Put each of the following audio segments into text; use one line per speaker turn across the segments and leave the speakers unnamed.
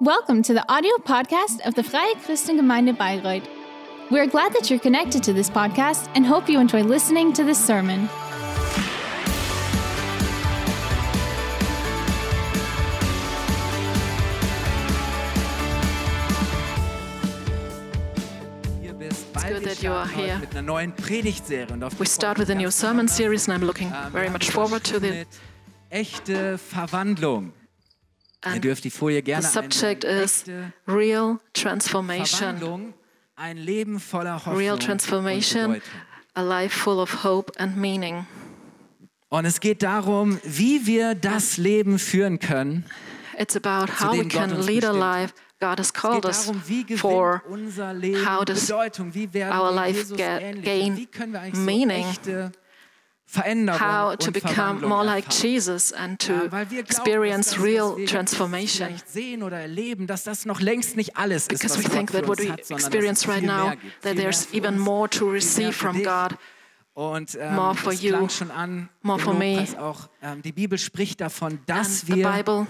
Welcome to the audio podcast of the Freie Christengemeinde Bayreuth. We are glad that you're connected to this podcast and hope you enjoy listening to this sermon.
hier bist, weil
good
wir
that you are
starten heute
here.
mit einer neuen Predigtserie. Und auf
We
die
start
freuen
with a
wir
new
uns
sermon
ganz
series, and I'm looking
besonders. Ähm,
very
wir
much
haben
forward to the.
mit Echte Verwandlung. Ihr
And
dürft die Folie
Um, the
gerne
subject
einblenden.
is
Echte
real transformation,
Verwandlung, ein Leben voller Hoffnung
real
und
transformation,
Bedeutung.
a life full of hope and meaning.
Und es geht darum, wie wir das Leben führen können.
It's about how we
dem Gott
can
uns
lead a
bestimmt.
life God has
Es geht
called us
darum, wie gewinnt
for.
unser Leben
how does
Bedeutung, wie werden
our
wir
life
Jesus
get-
ähnlich?
gain
wie können wir eigentlich so
meaning?
echte Veränderung
How
und
to become
Verwandlung
more like
erfahren?
Jesus and
Ja,
to
weil wir glauben, dass
experience
das, was wir
real
jetzt
transformation.
vielleicht sehen oder erleben, dass das noch längst nicht alles ist,
Because
was
we
Gott
think
für
that what
uns
we
hat, sondern dass es
experience right
viel mehr
now,
gibt,
that
viel mehr
there's
für
even
uns,
more to
viel mehr
receive
für
from
dich.
God.
Und ähm,
more for
es
you,
klang schon an,
more
im
for me.
Lobpreis auch, ähm, die Bibel spricht davon,
And
dass
the
wir
Bible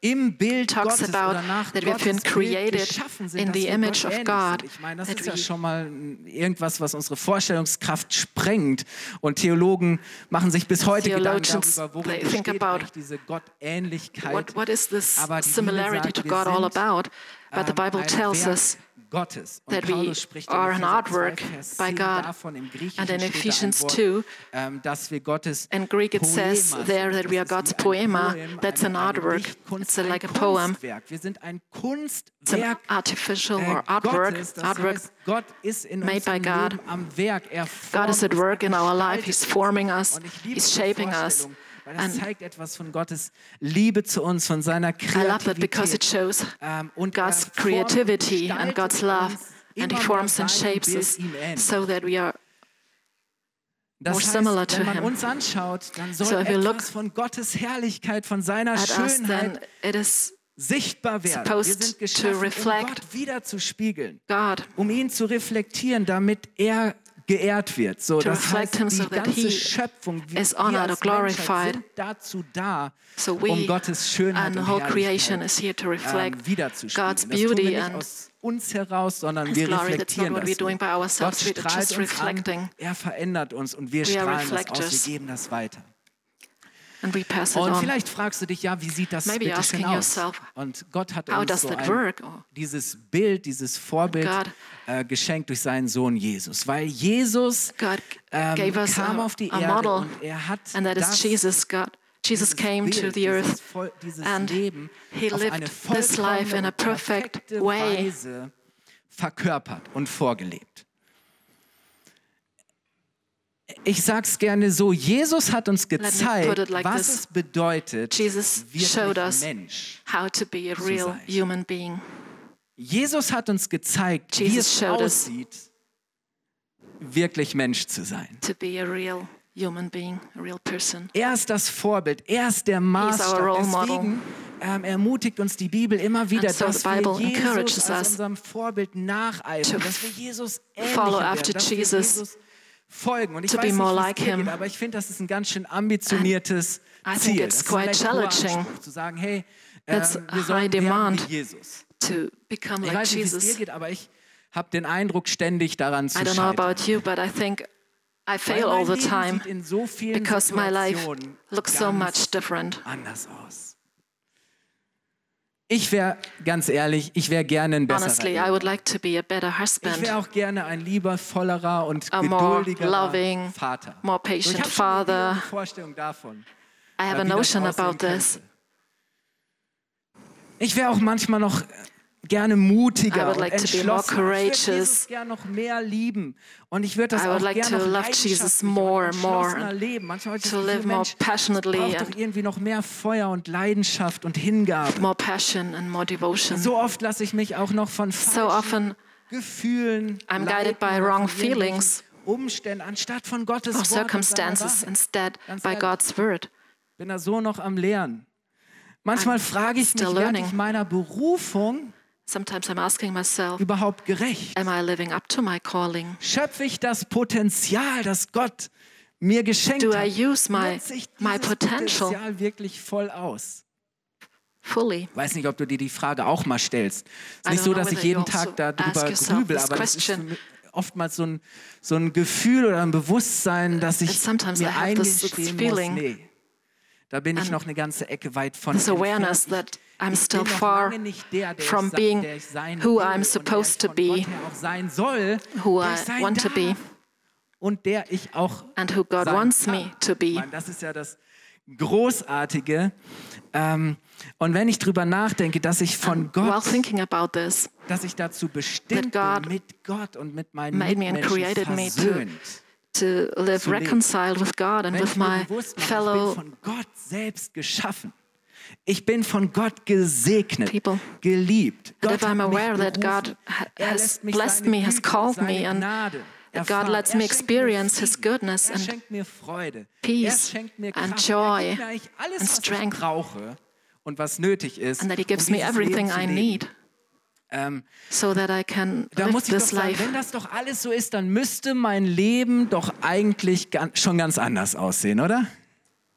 im Bild
talks
Gottes
about
oder nach
that we have
Gottes
been
Bild
created
geschaffen sind,
in
dass
the
wir
image
Gott
of
ähnlich sind.
God,
Ich meine, das
that
ist ja
we-
schon mal irgendwas, was unsere Vorstellungskraft sprengt. Und Theologen machen sich bis heute Gedanken
Theologians,
darüber,
they
worin
think
besteht
about
eigentlich diese Gottähnlichkeit.
what, what is this
Aber die Bibel
similarity
sagt,
to
wir
God all
sind,
about? But the
ähm,
Bible
ein
tells
Werk
us
Gottes. Und
that we
Paulus spricht in
are an
Epheser 2,
artwork
Vers
by
10
God.
davon, im Griechischen
And in
steht da ein
Ephesians
Wort,
2,
ähm, dass wir Gottes
In Greek, it says
Poema
there
sind. Das
that we are
ist wie
God's
ein
poema.
Poem,
That's
ein-
an
eine
artwork.
Dichtkunst,
It's a-
ein
like a poem.
Kunstwerk. Wir sind ein
It's an
Kunstwerk
artificial
äh,
or artwork,
Gottes. Das
artwork.
heißt, Gott ist in
made by
unserem
God.
Leben am Werk. Er formt
God is at
uns,
work in
er
our life.
gestaltet
He's
uns.
forming us.
Und ich liebe
He's
diese
shaping us.
Vorstellung, Weil das
And
zeigt etwas von Gottes Liebe zu uns, von seiner
I love that because it
Kreativität.
shows
Ähm, und er
God's
formt,
creativity and
gestaltet
God's love.
uns
And He
immer mehr
forms and
seinem
shapes
Bild
us
ihm ähnlich.
so that we are
Das
more
heißt,
similar to
wenn man
him.
uns anschaut, dann soll
So if you
etwas
look
von Gottes Herrlichkeit, von seiner
at us, then
Schönheit
it is
sichtbar werden. Wir
supposed
sind
to
geschaffen, um
reflect
Gott wieder zu spiegeln,
God
um ihn zu reflektieren, damit er geehrt wird. So,
To
das heißt,
reflect him so
die
that
ganze
he
Schöpfung, wir
is
wir
honored
als
or glorified.
Menschheit sind dazu da,
So
um
we
Gottes Schönheit
and the
und
whole creation
Herrlichkeit
is here to
ähm,
reflect
wiederzuspiegeln.
God's
Das tun
beauty
wir nicht
and
aus uns heraus, sondern
His
wir
glory. That's not
reflektieren
what
das.
we're doing by
Gott
ourselves. We're
strahlt
just
uns an,
reflecting
er verändert uns und wir
We are
strahlen das aus,
reflectors.
wir geben das weiter.
and we pass it
Und
on.
vielleicht fragst du dich ja, wie sieht das
Maybe
bitte schön
asking
aus?
yourself,
Und Gott hat
how
uns
does
so
that
ein,
work? Or-
dieses Bild, dieses Vorbild
God-
äh, geschenkt durch seinen Sohn Jesus, weil Jesus
God
ähm,
gave us
kam
a,
auf die
a
Erde
model,
und er hat
and that
das
is Jesus. God, Jesus
dieses
came to
Bild,
the
Dieses,
earth,
Voll- dieses
and
Leben
he
auf eine
lived this life in
vollkommene,
a perfect
perfekte
way.
Weise verkörpert und vorgelebt. Ich sag's gerne so, Jesus hat uns
me put
gezeigt,
it like
was
this.
es bedeutet,
Jesus showed
wirklich
us
Mensch.
how to be a real
sein.
human being.
Jesus hat uns gezeigt, wie
Jesus
es
showed us.
aussieht, wirklich Mensch zu sein.
To be a real human being, a real person.
Er ist das Vorbild, er ist der Maßstab.
role model.
Deswegen ähm, ermutigt uns die Bel immer wieder,
And so
dass
the Bible
wir Jesus
encourages
als
us
unserem Vorbild nacheifern,
to
dass wir Jesus
follow
ähnlicher
after
werden, dass wir
Jesus,
Jesus folgen. Und ich
to
weiß
be
nicht,
more
wie's
like
dir
him.
geht, aber ich finde, das ist ein ganz schön ambitioniertes
I think
Ziel. Das
it's
ist
quite
vielleicht ein hoher
challenging.
Anspruch, Zu sagen, hey, ähm,
That's a
wir
high
sollen werden
demand.
wie Jesus.
To become
Ich
like
weiß nicht, wie es dir
Jesus.
geht, aber ich habe den Eindruck, ständig daran zu
I don't know
scheitern.
about you, but I think I
Weil
fail all
mein
the
Leben
time
sieht in so vielen
because my life
Situationen
looks so
ganz
much different.
anders aus. Ich wäre, ganz ehrlich, ich wäre gerne ein besserer
Honestly, I
Ehemann.
would like to be a better
Ich
husband,
wäre auch gerne ein lieber, vollerer und
a more
geduldigerer
loving,
Vater.
more
So, ich
patient
habe schon eine
father.
gute Vorstellung davon.
I have
äh,
a
wie das
notion
aussehen
about this.
könnte. Ich wäre auch manchmal noch äh, gerne mutiger
I would like
und
to be
entschlossener.
more
Ich würde Jesus
courageous.
gerne noch mehr lieben und ich würde das
I
auch
would like
gerne
to
noch
love
leidenschaftlicher
Jesus
und
more and more
entschlossener
and
leben. Manchmal habe ich das
to
Gefühl,
live more
Mensch, ich
passionately
brauche
and-
doch irgendwie noch mehr Feuer und Leidenschaft und Hingabe.
More passion and more devotion.
So oft lasse ich mich auch noch von falschen
So often
Gefühlen
I'm
leiten
guided by
oder
wrong
von irgendwelchen
feelings
Umständen anstatt von Gottes
or
Wort und seiner
circumstances
Wahrheit.
instead
Ganz
by
ehrlich.
God's word.
Bin da so noch am Lernen. Manchmal frage ich mich,
still
werde ich
learning.
meiner Berufung
Sometimes I'm asking myself,
überhaupt gerecht?
am I living up to my calling?
schöpfe ich das Potenzial, das Gott mir geschenkt
Do I
hat?
use my
Nutze ich
my
dieses
potential
Potenzial wirklich voll aus?
fully.
Weiß nicht, ob du dir die Frage auch mal stellst. Es ist
I
nicht
don't
so,
know
dass ich
whether
jeden
you also
Tag darüber
ask yourself
grübel,
this
aber es ist für
question.
mich oftmals so ein, so ein Gefühl oder ein Bewusstsein, dass ich
And sometimes I
mir
have this
eingestehen muss,
feeling.
nee, da bin ich noch eine ganze Ecke weit von
This awareness
entfernt.
that I'm
Ich bin
still
noch
far
lange nicht der, der ich
from
sei-
being
der ich sein
who
will und
I'm
der ich
supposed to
von
be,
Gott her auch sein soll,
who
der
I
ich sein
want to
darf
be.
und der ich auch
and who God
sein
wants
kann.
me to
Ich
be.
meine, das ist ja das Großartige. Ähm, und wenn ich drüber nachdenke, dass ich von
While
Gott,
thinking about this,
dass ich dazu bestimmt
that
bin,
God
mit Gott und mit meinen
made me and
Mitmenschen
created me to-
versöhnt,
to live
leben.
reconciled with God and
wenn ich
with
mir
my
bewusst mache, ich bin
fellow
von Gott selbst geschaffen. Ich bin von Gott gesegnet,
People.
geliebt.
And
Gott
if I'm
hat mich
aware
berufen.
that God ha-
Er
has
lässt mich
blessed
seine
me, has
Güte und
called me,
seine
and
Gnade
that God
erfahren.
lets
Er schenkt
me
mir
experience his
Frieden.
goodness
er
and
schenkt mir Freude. er
peace
schenkt mir
and
Kraft.
joy
er gibt mir eigentlich alles,
and
was
strength.
ich brauche und was nötig ist,
and that He gives
um
me
dieses
everything
Leben zu
I
leben.
need
Ähm,
so that I can
da
live
muss ich doch
this
sagen,
life.
wenn das doch alles so ist, dann müsste mein Leben doch eigentlich gan- schon ganz anders aussehen, oder?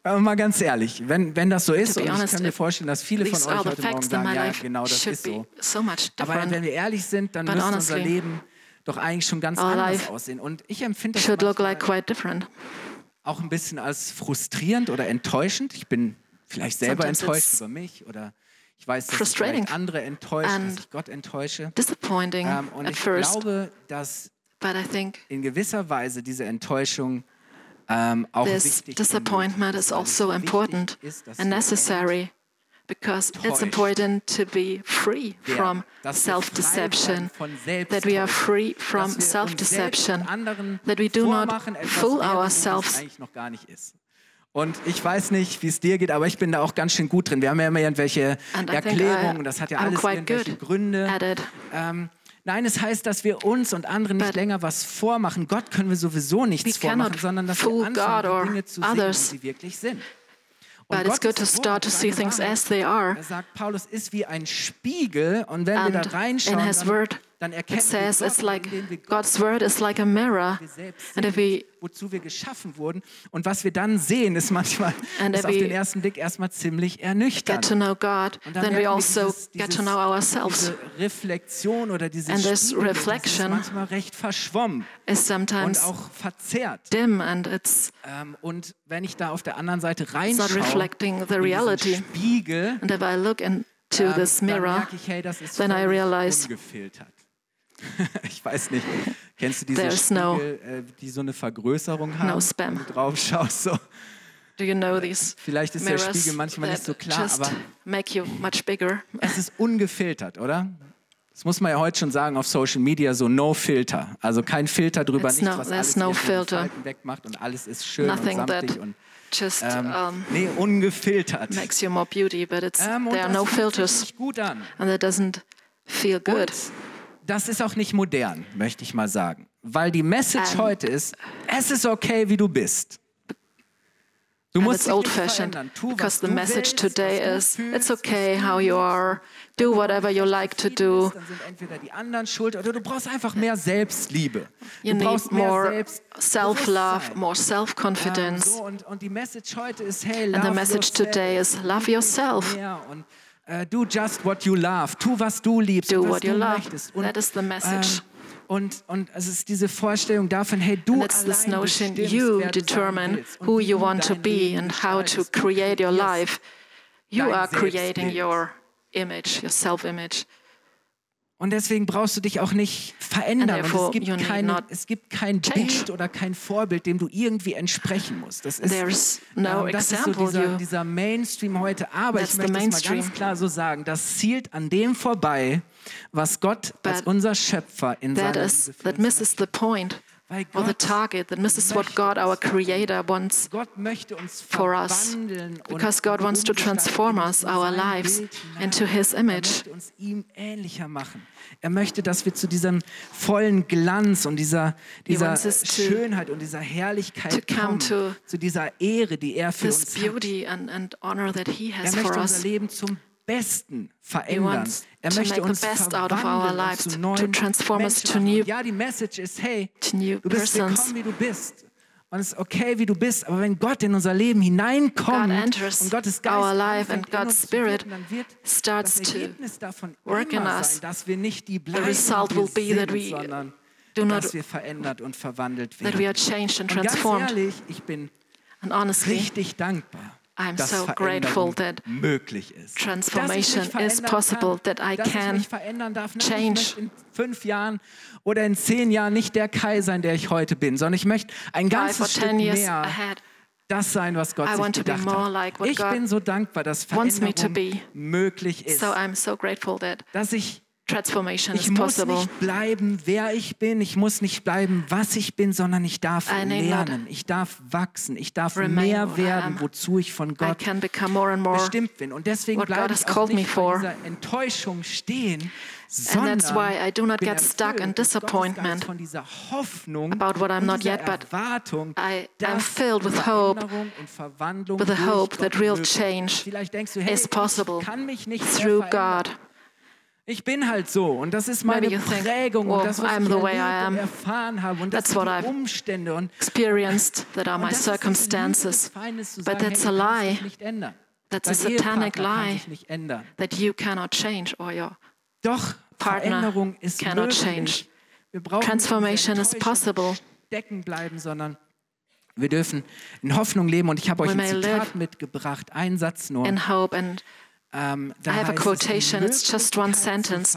Aber mal ganz ehrlich, wenn, wenn das so ist,
To be
und ich
honest,
kann mir
if
vorstellen, dass viele von
These
euch
are the
heute Morgen
facts that
sagen,
my
ja,
life
genau, das
should
ist
be
so.
so much
Aber wenn
different.
wir ehrlich sind, dann
But
müsste unser
honestly,
Leben doch eigentlich schon ganz
our
anders
life
aussehen. Und ich empfinde das
Should look
manchmal
like quite different.
auch ein bisschen als frustrierend oder enttäuschend. Ich bin vielleicht selber
Sometimes
enttäuscht
it's
über mich oder ich weiß, dass ich
frustrating.
vielleicht andere enttäusche, dass
And
ich Gott enttäusche.
Disappointing
Ähm, und
at
ich
first,
glaube, dass
but I think
in gewisser Weise diese Enttäuschung ähm, auch
this
wichtig ist.
disappointment is also important and necessary because it's
enttäuscht
important to be free from self-deception, that we are free from
um
self-deception, that we do not fool ourselves.
Eigentlich noch gar nicht ist. Und ich weiß nicht, wie es dir geht, aber ich bin da auch ganz schön gut drin. Wir haben ja immer irgendwelche
And I think I,
Erklärungen, das hat ja
I'm
alles
quite
irgendwelche
good
Gründe.
at it.
Ähm, nein, es heißt, dass wir uns und anderen nicht
But
länger was vormachen. Gott können wir sowieso nichts
we cannot
vormachen, sondern dass wir
fool God
anfangen,
or
die Dinge zu sehen, wie
others.
sie wirklich sind. Und
But it's good to
Gottes Wort,
start to see
seine
things
Wahrheit,
as they are.
er sagt, Paulus ist wie ein Spiegel und wenn wir
And
da
in
reinschauen,
His
dann,
Word,
dann
it
erkennen wir
says
Gott,
it's like
indem wir Gott
God's word is like a mirror,
wir selbst
and if we
sind, wozu wir geschaffen wurden. Und was wir dann sehen, ist manchmal
And
ist
if
auf
we
den ersten Blick erstmal ziemlich
get to
ernüchternd.
know God,
Und
then we
merken wir
also
dieses-
get to
dieses-
know ourselves.
Diese Reflexion oder dieses
And this
Spiegeln, das ist
reflection
manchmal recht verschwommen
Is
und
sometimes
auch verzerrt.
dim, and it's
Ähm, und wenn ich da auf der anderen Seite
it's
reinschaue,
not reflecting the
in diesen
reality.
Spiegel,
And if I look into
ähm,
this
dann
mirror,
merke ich, hey, das ist
then I
völlig
realize-
ungefiltert. ich weiß nicht, kennst du diese
There's no-
Spiegel, äh, die so eine Vergrößerung haben,
spam.
wenn du drauf schaust? So.
do you know these
Vielleicht ist der
mirrors
Spiegel manchmal
that
nicht so klar,
just
aber
make you much bigger?
es ist ungefiltert, oder? Das muss man ja heute schon sagen auf Social Media, so no filter. Also kein Filter drüber,
It's
nichts,
no-
was
there's
alles
no
irgendwie die
filter.
Falten wegmacht und alles ist schön
Nothing
und
that
samtig und
just
ähm,
um,
nee, ungefiltert.
makes you more beauty, but it's
Ähm, und
there are
das
no
fühlt sich
filters,
nicht gut an.
and that doesn't feel good.
Und das ist auch nicht modern, möchte ich mal sagen. Weil die Message
Ähm,
heute ist, es ist okay, wie du bist. Du
And
musst
it's
dich
old
nicht
fashioned
verändern. Tu, was
because the
du
message
willst, was
today
du
is
fühlst,
it's
was
okay
du
how you
liebst.
are, do whatever you like to do.
Bist, dann sind entweder die anderen schuld oder du brauchst einfach mehr Selbstliebe.
You
du
need
brauchst mehr
more
Selbstbewusstsein.
self love, more self
Ähm,
confidence.
so, und, und die Message heute ist, hey,
And
love
the message
yourself.
today is love yourself.
mehr und äh, do just what you love, tu was du liebst,
Do
und was
what
du
you love.
möchtest. Und,
That is the message.
ähm, und, und es ist diese Vorstellung davon, hey, du
And it's this
allein
notion
bestimmst,
you
wer du sein
determine
willst und
who
wie
you
du
want to
dein
be
Leben
and how to
gestaltest. Du
create your
kreierst
life. You
dein
are creating
Selbstbild.
your image, your self image.
Und deswegen brauchst du dich auch nicht verändern.
And
Und es,
therefore you
gibt
need
keine,
not
es gibt kein
change.
Bild oder kein Vorbild, dem du irgendwie entsprechen musst. Das ist,
There's no
ähm, das ist so
example
dieser,
you-
dieser Mainstream heute. Aber ich
That's the
möchte es mal ganz
mainstream.
klar so sagen, das zielt an dem vorbei, was Gott als
But
unser Schöpfer in
That
seiner
is
Liebe für
that
uns
misses the point
Weil
or the
Gott
target, that misses what
möchte
God, our
uns
Creator, wants.
Gott möchte uns
for us,
verwandeln und
because God wants to
umgestalten
transform
in
us,
sein
our
Bild
lives,
hinein.
into His
Er
image.
möchte uns ihm ähnlicher machen. Er möchte, dass wir zu diesem vollen Glanz und dieser, dieser
wants us to-
Schönheit und dieser Herrlichkeit
to
kommen,
come to
zu dieser Ehre, die er für
This
uns hat.
beauty and, and honor that He
Er
has for
möchte
us.
unser Leben zum Besten verändern.
wants
Er
to
möchte
make the
uns
best out of our
verwandeln und
lives,
zu
to
neuen
transform us
Menschen
to
machen. Und
new-
Ja, die Message ist, hey,
to new
du bist
persons.
willkommen, wie du bist. und es ist okay, wie du bist, aber wenn Gott in unser Leben hineinkommt
God enters
und Gottes Geist
our life and
anfängt, in
God's
uns zu wirken,
Spirit
dann wird
starts
das
to
Ergebnis davon
work in
immer
us.
sein, dass wir nicht die bleiben,
result
die wir
will be that
sind,
we
sondern
do not-
dass wir verändert und verwandelt
that
werden.
we are changed and
und ganz
transformed.
ehrlich, ich bin
And honestly,
richtig dankbar,
I'm
dass
so
Veränderung
grateful that
möglich ist.
transformation
dass ich mich
is
verändern
possible,
kann,
that I
dass
can
ich mich verändern darf. Nein,
change.
Ich möchte in fünf Jahren oder in zehn Jahren nicht der Kai sein, der ich heute bin, sondern ich möchte ein
five or
ganzes Stück
ten years
mehr
ahead,
das sein, was Gott
I
sich
want to be
gedacht
more
hat.
like what
ich
God
bin so dankbar, dass
wants me to
Veränderung
be.
möglich ist.
so I'm so grateful that
dass ich
transformation
ich
is
muss
possible.
nicht bleiben, wer ich bin. Ich muss nicht bleiben, was ich bin, sondern ich darf
I need not
lernen. Ich darf wachsen. Ich darf
remain
mehr
what I
werden,
am.
wozu ich von
I
Gott
can become more and more.
bestimmt bin. Und deswegen
what God
bleibe
has
ich auch
called me
nicht vor
for.
dieser Enttäuschung stehen,
And
sondern
that's why I do not
bin
get
erfüllt durch
stuck in
Gottes
disappointment
Geist von dieser Hoffnung
about what I'm
und
not
dieser
yet, but
Erwartung,
I am
dass
filled with hope,
Veränderung und Verwandlung
with the
durch
hope
Gott
that real
möglich ist.
change
Vielleicht denkst du, hey,
is possible
ich kann mich nicht mehr
through
verändern.
God.
Ich bin halt so und das ist meine
Maybe you think,
Prägung
"Oh,
und das, was
I'm
ich
the way
erlebt und
I am.
erfahren habe und das
That's
sind
what
die
I've-
Umstände und,
Experienced that are
und
my
das ist eine Lüge des
circumstances,
Feindes, zu
but
sagen,
that's
hey,
a
du kannst
lie.
dich Nicht ändern.
That's a
Dein Ehepartner
satanic
kann
lie.
sich nicht ändern.
that you cannot change or your
Doch
Partner
Veränderung ist
cannot
möglich.
change.
Wir brauchen
Transformation
nicht in
is possible.
stecken bleiben, sondern wir dürfen in Hoffnung leben und ich habe
We
euch ein
may live
Zitat mitgebracht, einen Satz nur.
in hope and
ähm, da
I have a
heißt es, die
quotation, it's just one
Möglichkeit zur
sentence.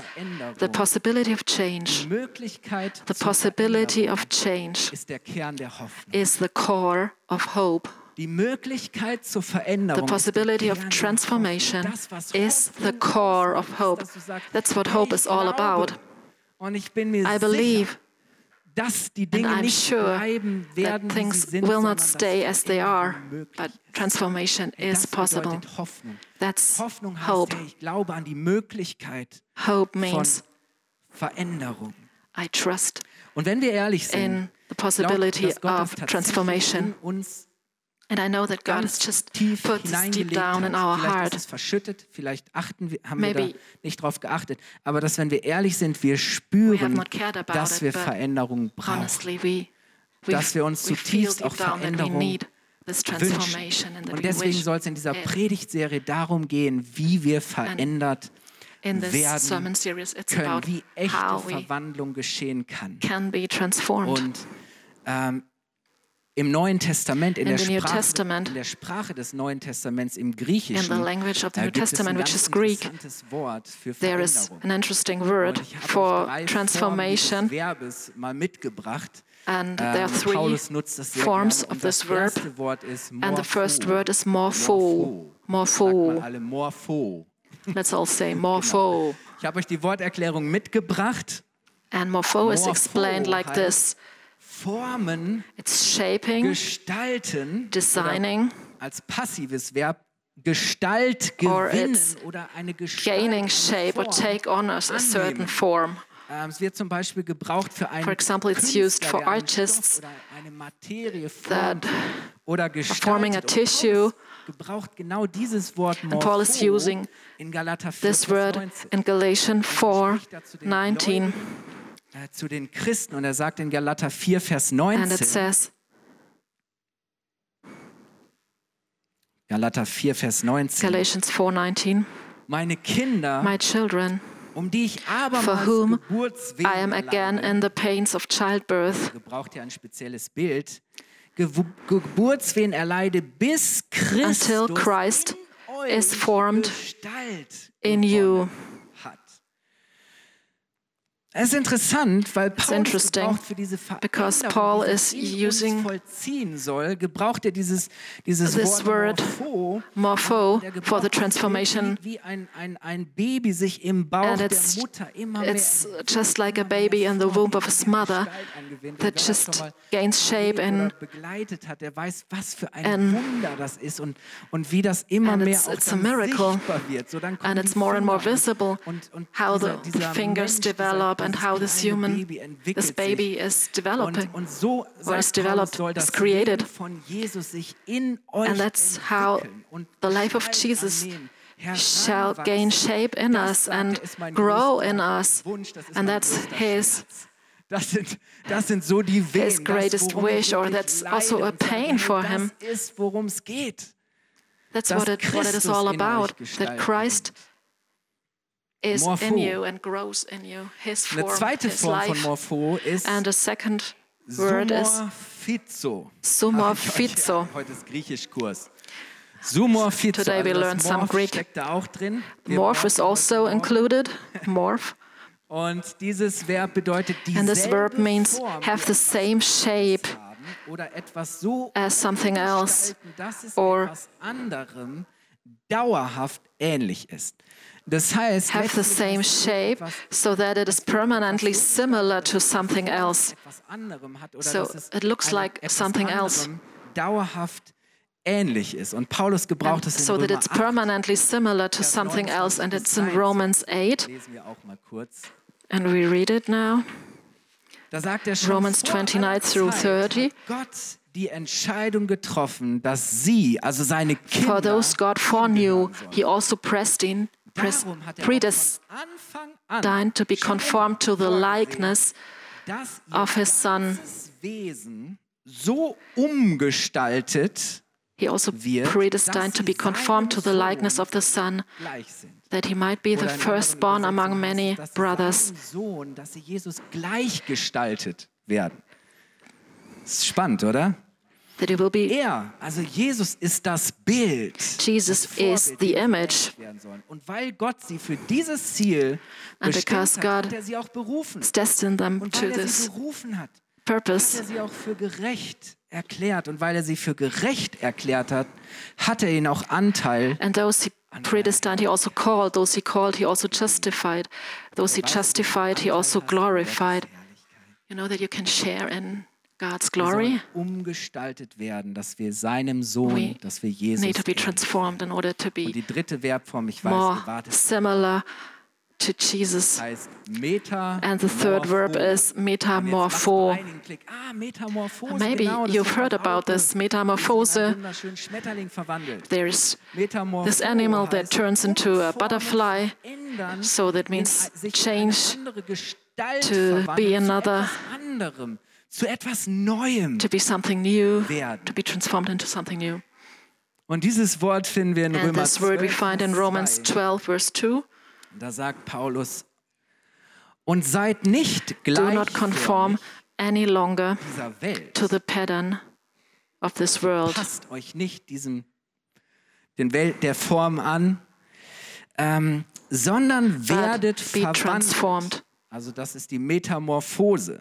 the
Veränderung,
possibility of
die
change.
Möglichkeit
The
zur
possibility
Veränderung
of change
ist der Kern der Hoffnung.
is the core of hope.
Die Möglichkeit zur Veränderung.
The possibility of transformation is the core of hope. That's what hope is all about.
Und ich bin mir
I
sicher,
believe
dass die
and
Dinge
I'm
nicht
sure
bleiben
that
werden, wie
things
sie sind,
will
sondern
not
dass
stay as they are,
Veränderung möglich
but
ist.
transformation is
Das
possible.
bedeutet Hoffnung.
That's
Hoffnung heißt,
hope.
hey, ich glaube an die Möglichkeit
Hope
von
means
Veränderung.
I trust
Und wenn wir ehrlich sind,
in the
glaubt,
possibility
dass Gott das
of
tatsächlich in
transformation.
uns
And I know that God
ganz
has just
tief
put this deep
hineingelegt
down
hat.
in our
vielleicht
heart.
ist es verschüttet, vielleicht achten wir, haben wir
Maybe
da nicht drauf geachtet. Aber dass, wenn wir ehrlich sind, wir
We have
spüren,
not cared about
dass
it,
wir
but
Veränderung brauchen.
Honestly, we, we,
Dass wir uns
we feel
zutiefst auch
deep down that we
Veränderung
need this transformation and
Wünschen.
that
Und
we
deswegen
wish
soll es in dieser
it.
Predigtserie darum gehen, wie wir verändert
in
werden
this sermon series. It's
können,
about
wie echte
how we
Verwandlung geschehen kann.
can be transformed.
Und ähm, im Neuen Testament, in,
In
der
the New
Sprache,
Testament.
in der Sprache des Neuen Testaments im Griechischen,
In the language of the
äh,
New
gibt es ein
Testament,
ganz
which is Greek,
interessantes Wort für
There is
Veränderung.
an interesting
Und
word
ich habe euch
for
drei Formen dieses
transformation,
Verbes mal mitgebracht.
and
Ähm,
there are three
Paulus nutzt das sehr
forms
gerne.
of
Und das
this verb,
erste Wort ist
and the first
morpho.
word is morpho.
Sagt mal
Morpho.
alle morpho.
Let's all say morpho.
Ich habe euch die Worterklärung mitgebracht.
And morpho is
Morpho
explained like
heißt-
this
Formen,
it's shaping,
gestalten,
Mhm. designing,
oder als passives Verb Gestalt
Or
gewinnen
it's
oder eine Gestalt
gaining
eine
shape or
Form
take on a, a certain
annehmen.
form.
Ähm, es wird zum Beispiel gebraucht für einen
For example, it's
Künstler,
used for
der einen
artists
Stoff oder eine Materie formt
that
oder gestaltet.
forming a
Und
tissue.
Paulus gebraucht genau dieses Wort
Paul is
morpho
using
in Galater 4,
This word
19.
in Galatians 4 19,
Äh, zu den Christen und er sagt in Galater 4, Vers 19,
and it says,
Galater 4, Vers 19,
Galatians 4 19,
meine Kinder,
My children,
um die ich
for
abermals
whom
Geburtswehen
I am again
erleide.
in the pains of childbirth.
gebraucht ja ein spezielles Bild. Gewu- Geburtswehen erleide bis Christus
Until Christ
in euch
is formed
Gestalt
in you.
hat. Es ist interessant, weil Paul
interesting,
gebraucht für diese
because
Veränderung,
Paul
die
is
sich in uns
using
vollziehen soll, gebraucht er dieses dieses
this
Wort
word
morpho,
Morpho
der gebraucht
for the
wird,
transformation.
wie, wie ein, ein, ein Baby sich im Bauch
And
der
it's-
Mutter immer mehr
It's
entwickelt,
just like a
immer mehr
baby in the
Form,
womb of
immer
its
mehr
mother
Gestalt angewendet.
that
Wer das schon
just
mal
gains shape
erlebt oder
and
begleitet hat, der weiß, was für ein
and-
Wunder das ist und, und wie das immer
and
mehr
it's-
auch
it's a
dann
miracle.
sichtbar wird. So, dann kommen
And
die
it's more and more
Finger
visible
und, und
how
dieser,
the
dieser
fingers
Mensch, dieser-
develop and
dieses
how this
kleine
human,
Baby entwickelt
this
sich.
baby is developing.
Und, und so sagt
is
Paulus,
developed,
soll das
is created.
Leben von Jesus sich in euch
And that's how
entwickeln und
the life of
Gestalt
Jesus
annehmen,
shall
heranwachsen.
gain shape in
Das
us
sagt er,
and
ist mein
grow
größter
in us.
Wunsch, das ist
And
mein
that's
größter
his
Schmerz. Das sind, das sind so die Wehen,
His greatest
das, worum er
wish, or
wirklich
that's
leidet
also a
und sagt,
pain
hey,
for
das
him.
ist, worum es geht.
That's
dass
what it, what it is
Christus
all
in euch
about. That
gestaltet
Christ is
Morpho.
in you and grows in you. His
Eine
form,
zweite
his
Form von
life.
Morpho ist
And a second word is
Sumorphizo.
Sumorphizo.
Hab ich euch- Heute ist Griechischkurs. Sumorphizo.
Today we
also das
learned some
Morph
Greek.
Steckt da auch drin. Wir
morph is
merken das
also
Morph.
included. Morph.
Und dieses Verb bedeutet
And
dieselbe
this verb means
Form, die
have the
etwas
same shape
haben oder etwas so
as something else.
gestalten, dass es
or
etwas anderem dauerhaft ähnlich ist. Das heißt,
Have the
letztlich
same
hast du
shape
etwas
so that it is permanently similar to something else.
etwas anderem hat oder
So,
dass es
it looks
einem
like
etwas
something else.
anderem dauerhaft ähnlich ist. Und Paulus gebraucht
And
es in
so that
Römer
it's
8,
permanently similar to something else. And it's in Romans 8.
lesen wir auch mal kurz.
And we read it now.
Da sagt er schon,
Romans
vor aller
29 through
Zeit
30.
hat Gott die Entscheidung getroffen, dass sie, also seine Kinder,
For those God foreknew, he also predestined, pres-
darum hat er auch
predestined
von Anfang an
to be
schon
conformed to the
vorgesehen,
likeness
dass ihr
of his son.
ganzes Wesen so umgestaltet
He also
wird, dass
predestined to be
sie
conformed to
seinem
the likeness
Sohn
of the Son,
gleich sind.
that he might be the
Oder in anderen
firstborn among
Übersetzungen heißt es,
many
dass sie
brothers.
seinem Sohn, dass sie Jesus gleichgestaltet werden. Ist spannend, oder?
That he will be,
Er, also Jesus ist das Bild.
Jesus
das
is
Vorbild,
the
dem wir
image.
gerecht werden sollen. Und weil Gott sie für dieses Ziel
And
bestimmt
because
hat, hat
God
er sie auch berufen.
destined them
Und
to
weil er sie
this
berufen hat, hat
purpose.
er sie auch für gerecht erklärt. Und weil er sie für gerecht erklärt hat, hat er ihnen auch Anteil.
And those he predestined, he also called. Those he called, he also justified. Those he justified, he also glorified. You know that you can share in God's glory.
Soll umgestaltet werden, dass wir seinem Sohn,
We
dass wir Jesus
need to be
ähneln.
transformed in order to
Und
be
die dritte Verbform, ich weiß,
more
ihr wartet,
similar to Jesus.
heißt Meta.
And the third verb is metamorpho.
Ah, Metamorphose,
Maybe
genau, das
you've
war
heard
ein
about
Auge,
this.
das in einen
Metamorphose,
wunderschönen Schmetterling verwandelt.
there's
Metamorpho
this animal that
heißt,
turns into a
Umformen,
butterfly.
verändern,
So that
in
means
ein- sich in eine
change
andere Gestalt
to
verwandeln,
be
zu
another-
etwas anderem, zu etwas Neuem.
to be something new,
Werden.
to be transformed into something new.
Und dieses Wort finden wir in
And
Römer
this word we
12,
find in
Vers
Romans
2.
12, verse 2.
Da sagt Paulus, und seid nicht
Do not
gleichförmig
conform any longer
dieser Welt.
to the pattern of this world.
Passt euch nicht diesem, den Welt der Form an, ähm, sondern
But
werdet
be
verwandelt.
transformed.
Also das ist die Metamorphose.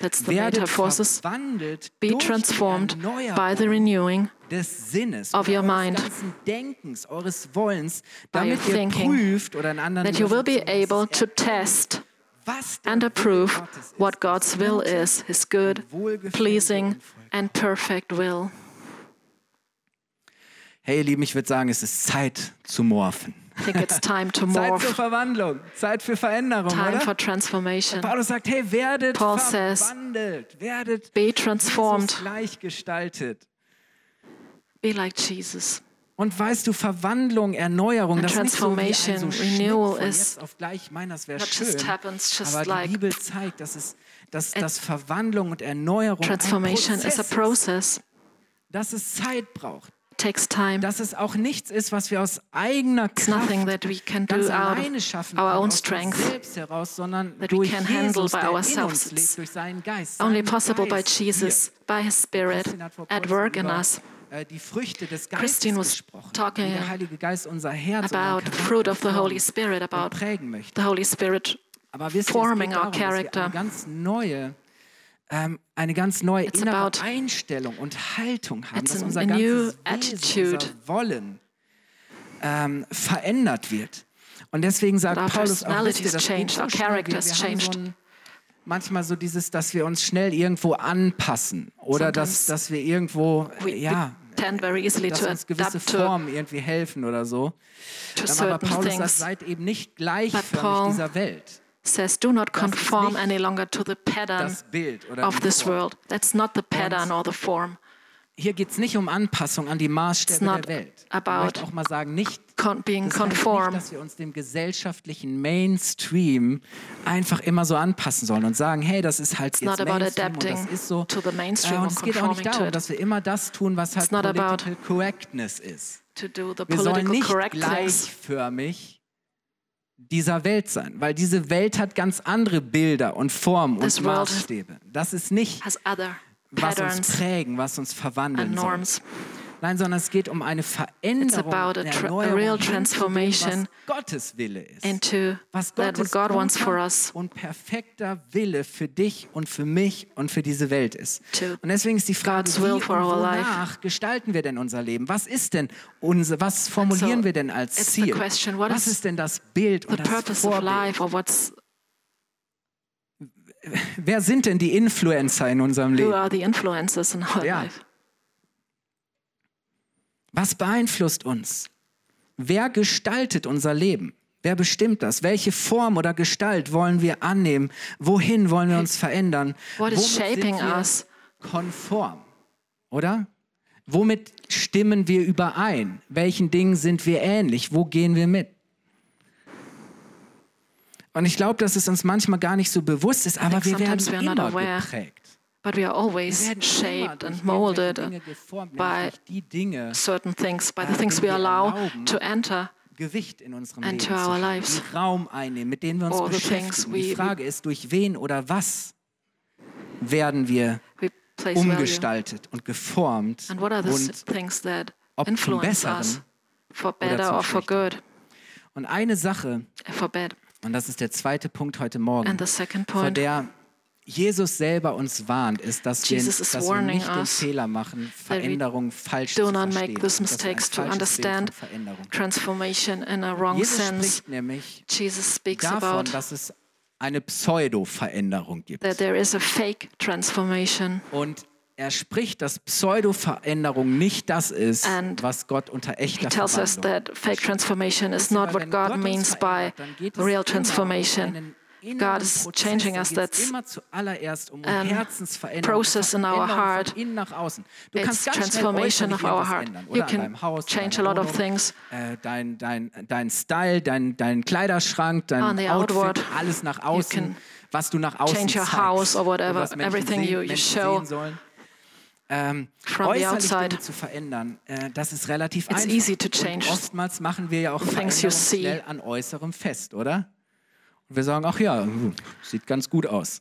That's the
Werdet
metamorphosis.
verwandelt
Be
durch die
transformed by
Erneuerung
the renewing
des Sinnes,
of
oder
your
eures
mind.
ganzen Denkens, eures Wollens,
By your
damit ihr
thinking.
prüft oder in anderen
that you will be
Übersetzungen heißt es,
able to
erkennt,
test
was der
and
Wille
approve
Gottes ist,
what
das
God's will
Gute,
is, His good, pleasing, and perfect will.
Hey, ihr Lieben, ich würde sagen, es ist Zeit zu morphen.
I think it's time to
Zeit für
morph,
Verwandlung, Zeit für Veränderung,
time for
oder?
transformation.
Paulus sagt, hey, werdet
Paul says,
verwandelt, werdet
Be transformed,
Jesus gleichgestaltet.
be like Jesus.
Und weißt du, Verwandlung, Erneuerung,
And
das ist nicht so wie ein so
transformation,
Schnitt
renewal
von
is
jetzt auf gleich, mein, das wäre
not
schön.
just happens, just
aber die
like-
Bibel zeigt, dass, es, dass, dass Verwandlung und Erneuerung ein
Transformation is
Prozess
a process,
dass es Zeit braucht.
takes time.
dass es auch nichts ist, was wir aus eigener
It's
Kraft
nothing that we can
ganz
do out
alleine
of
schaffen
our
können,
own
aus uns
strength.
selbst heraus, sondern
that we
durch
can handle
Jesus,
by
der in uns
ourselves.
lebt, durch seinen Geist.
Only
seinen
possible by
Geist
Jesus, by His
hier.
Spirit
Christine hat vor
at
kurzem
work in
über,
us.
äh, Die Früchte des Geistes
Christine was
gesprochen,
talking
wie der Heilige Geist unser Herz
about
und
the fruit of the Holy
Spirit
Spirit, about
prägen möchte.
the Holy Spirit.
Aber wisst ihr, es
forming
geht darum,
our
dass wir
character.
eine ganz neue ähm, eine ganz neue
It's
innere
about-
Einstellung und Haltung haben,
It's
dass
an-
unser
a new
ganzes Wesen,
attitude.
unser Wollen ähm, verändert wird. Und deswegen sagt
That our
Paulus auch, wisst ihr,
personalities
das geht
changed,
so
our
schnell. Wir, wir
characters
haben so
changed.
ein, manchmal so dieses, dass wir uns schnell irgendwo anpassen oder dass,
Sometimes
dass wir irgendwo, äh,
We,
ja,
we tend very easily
dass
to
uns gewisse
adapt to,
Formen irgendwie helfen oder so. Ähm,
to
Aber
certain
Paulus sagt,
things.
seid eben nicht gleichförmig
Paul-
dieser Welt.
Says, do not
ist
conform
nicht
any longer to the pattern
Das Bild oder
of
die
this
Form.
world. That's not the pattern or the form.
Hier geht es nicht um Anpassung an die
It's
Maßstäbe
not
der Welt. Ich
about
möchte auch mal sagen, nicht
con being
Das heißt nicht,
conformed.
dass wir uns dem gesellschaftlichen Mainstream einfach immer so anpassen sollen und sagen, hey, das ist halt jetzt
not about
Mainstream und das
adapting
ist so.
to the mainstream
Äh, und
or
es geht auch
conforming
nicht
to
darum,
it.
dass wir immer das tun, was halt
It's not about
Political Correctness ist.
To do the
Wir sollen
political
nicht
correctness.
gleichförmig dieser Welt sein, weil diese Welt hat ganz andere Bilder und Formen
This
und
world
Maßstäbe. Das ist nicht,
has other
was uns
patterns
prägen, was uns
and
verwandeln soll.
norms.
Nein, sondern es geht um eine Veränderung,
about a
eine
tra- a
Erneuerung
real
hin zu dem,
transformation
was Gottes Wille ist.
into
was
that
Gottes
what God wants for
guter
us.
und perfekter Wille für dich und für mich und für diese Welt ist.
To
Und deswegen ist die Frage,
God's
wie
will
und
for our life.
wonach gestalten wir denn unser Leben? Was ist denn unser, was formulieren
so
wir denn als
it's the
Ziel?
question, what
was
is
ist denn das Bild
The
und das
purpose of
Vorbild?
life or what's
Wer sind denn die Influencer in unserem
who
Leben?
are the influences in our
Ja.
life?
Was beeinflusst uns? Wer gestaltet unser Leben? Wer bestimmt das? Welche Form oder Gestalt wollen wir annehmen? Wohin wollen wir uns verändern?
What is
Womit sind
shaping
wir
us?
konform, oder? Womit stimmen wir überein? Welchen Dingen sind wir ähnlich? Wo gehen wir mit? Und ich glaube, dass es uns manchmal gar nicht so bewusst ist, aber
think
wir werden
sometimes we are not
immer
aware.
geprägt.
But we
Wir
are always
werden immer
shaped
durch
and
irgendwelche
molded
Dinge geformt,
by
nämlich durch die Dinge,
certain things, by the
Ja,
things
die
we
wir
allow
erlauben,
to enter
Gewicht in unserem
and
Leben,
to our
zu haben,
lives.
die Raum einnehmen, mit denen wir uns
All the things
beschäftigen.
we-
Die
we-
Frage ist, durch wen oder was werden wir
we place value.
umgestaltet und geformt
And what are the
und
s- things that
ob zum
influence us
Besseren
for
oder
better
zum
or for good,
Und eine Sache,
for bad?
und das ist der zweite Punkt heute Morgen,
And the second
Hm. vor
point,
der Jesus selber uns warnt, ist, dass wir,
Jesus is
dass wir
warning
nicht den
us
Fehler machen,
we
Veränderung falsch
do
zu
not make
verstehen.
these
dass wir ein
mistakes to
falsches Bild von
understand.
Veränderung.
transformation in a wrong
Jesus
sense.
spricht nämlich
Jesus speaks
davon,
about
dass es eine Pseudo-Veränderung gibt.
that there is a fake transformation.
Und er spricht, dass Pseudo-Veränderung nicht das ist,
And
was Gott unter
He
echter
tells us
Verwandlung
that fake transformation is
Wisst ihr,
not
weil
what
wenn
God
uns
means by
verändert, dann geht es immer
real
um
transformation.
einen inneren
God is
Prozess,
changing
dann
us.
geht es
That's
immer zuallererst um
an
Herzensveränderung,
process in our
Veränderung
heart.
Von innen nach außen. Du
It's
kannst ganz schnell
transformation of
äußerlich
our
irgendwas
heart.
Ändern,
You
oder an
can
deinem Haus,
change a
deiner
lot of
Wohnung,
things.
Äh, dein, dein, dein Style, dein, dein Kleiderschrank,
On
dein
the
Outfit,
outward,
alles nach
can
außen, was du nach außen
change your
zeigst,
house or whatever,
und was Menschen
everything
sehen,
you- you
Menschen
show
sehen sollen.
From the
äußerlich
outside,
Dinge zu verändern, äh, das ist relativ
It's
einfach.
easy to
Und
change
oftmals machen wir ja auch
things you
Veränderungen
see.
schnell an Äußerem fest, oder? Und wir sagen, ach ja, hm, sieht ganz gut aus.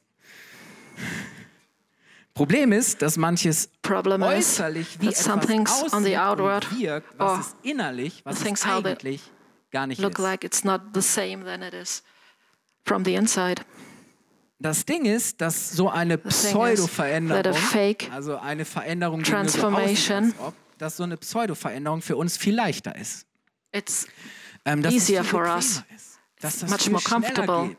Problem ist, dass manches
problem is
äußerlich wie
that some things
etwas
on the
aussieht
outward
und wirkt,
or
was es innerlich, was
things
es
how they
eigentlich gar nicht ist.
look like it's not the same than it is from the inside.
Das Ding ist, dass so eine
thing is that a
Pseudo-Veränderung,
fake
also eine Veränderung, die nur so aussieht,
transformation-
als ob, dass so eine Pseudo-Veränderung für uns viel leichter ist.
It's
ähm, dass es
easier
viel
for
bequemer
us.
Ist, dass das
much
viel
more
schneller
comfortable.
Geht,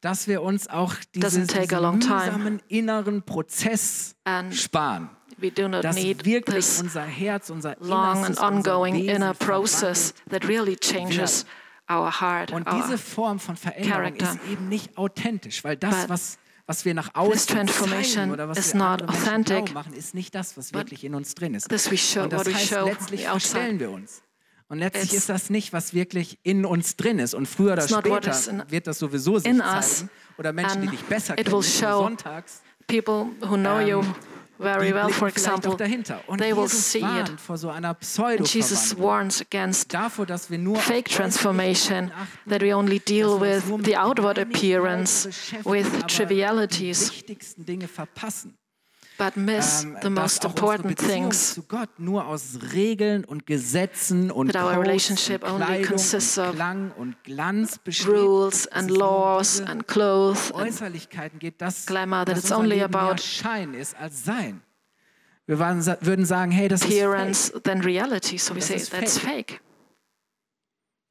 dass wir uns auch diese,
Doesn't take a long
diesen
time.
mühsamen inneren Prozess
And
sparen.
we do not
Dass
need
wirklich
this
unser Herz, unser
long and
Innerstes, unser
ongoing
Wesen
inner process that really changes our heart,
verwandelt. Und
our
diese Form von Veränderung
Ah. character.
ist eben nicht authentisch, weil das,
But
was, was wir nach außen
transformation
zeigen oder was
is
wir
not
anderen Menschen
authentic.
glauben machen, ist nicht das, was wirklich in uns drin ist.
this we show-
Und das
what we
heißt,
show on
letztlich
the outside.
verstellen wir uns. Und letztlich
It's-
ist das nicht, was wirklich in uns drin ist. Und früher oder
It's not what
später
is in-
wird das sowieso sich
in us.
zeigen. Oder Menschen, die
And
dich besser
it
kennen,
will
nicht
show
nur sonntags,
people who know you
Ähm,
very
die
well,
blicken
for
vielleicht
example,
auch dahinter. Und
they will
Jesus
see it.
warnt vor so einer
And Jesus
Pseudo-Verwandlung.
warns against
Davor, dass wir nur auf
fake
äußerliche
transformation,
Dinge achten,
that we only deal
dass wir uns nur mit
with the outward
Kleinigkeiten
appearance,
beschäftigen, aber
with
die
trivialities,
wichtigsten Dinge verpassen.
but miss
Ähm,
Um, the
dass
most
auch unsere
important
Beziehung
things.
zu Gott nur aus Regeln und Gesetzen und
That our
Codes
relationship
und
only
Kleidung
consists
und
of
Klang und Glanz besteht.
Rules
dass
and
es nur um
laws
diese
and clothes and
Äußerlichkeiten geht, dass,
glamour, that
dass
it's
unser
only
Leben mehr
about
Schein ist als Sein. Wir waren, sa- würden sagen, hey, das ist, fake.
appearance than reality. So we
Das
say
ist
that's fake.